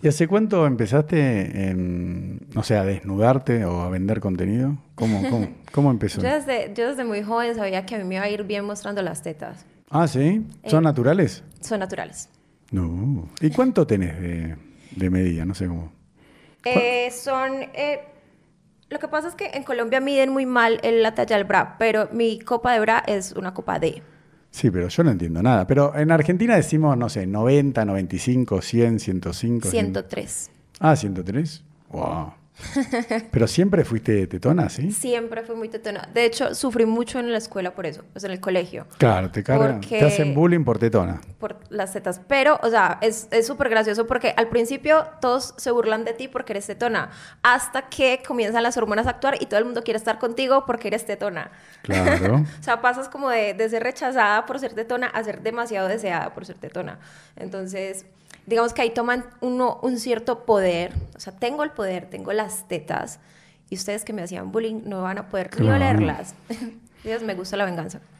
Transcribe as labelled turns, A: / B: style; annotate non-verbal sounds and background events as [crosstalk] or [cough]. A: ¿Y hace cuánto empezaste, en, o sea, a desnudarte o a vender contenido? ¿Cómo,
B: [laughs]
A: cómo, cómo empezó?
B: Yo desde, yo desde muy joven sabía que a mí me iba a ir bien mostrando las tetas.
A: ah, ¿sí? ¿Son
B: Eh.
A: naturales?
B: Son naturales.
A: No. ¿Y cuánto tenés de, de medida? No sé cómo.
B: Eh, son... eh, lo que pasa es que en Colombia miden muy mal el- la talla del bra, pero mi copa de bra es una copa D.
A: Sí, pero yo no entiendo nada. Pero en Argentina decimos, no sé, 90, 95, 100, 105.
B: 103.
A: Ah, 103.
B: [laughs]
A: Wow. pero siempre fuiste tetona, ¿sí?
B: Siempre fui muy tetona. De hecho, sufrí mucho en la escuela por eso, pues en el colegio,
A: Claro, te cargan.
B: Porque-
A: Te hacen bullying por tetona.
B: por las tetas. Pero, o sea, es es súper gracioso porque al principio todos se burlan de ti porque eres tetona, hasta que comienzan las hormonas a actuar y todo el mundo quiere estar contigo porque eres tetona.
A: Claro.
B: O sea, pasas como de, de ser rechazada por ser tetona a ser demasiado deseada por ser tetona. Entonces, digamos que ahí toman uno un cierto poder. O sea, tengo el poder, tengo las tetas. Y ustedes que me hacían bullying no van a poder ni
A: Claro.
B: olerlas. [laughs] Dios, me gusta la venganza.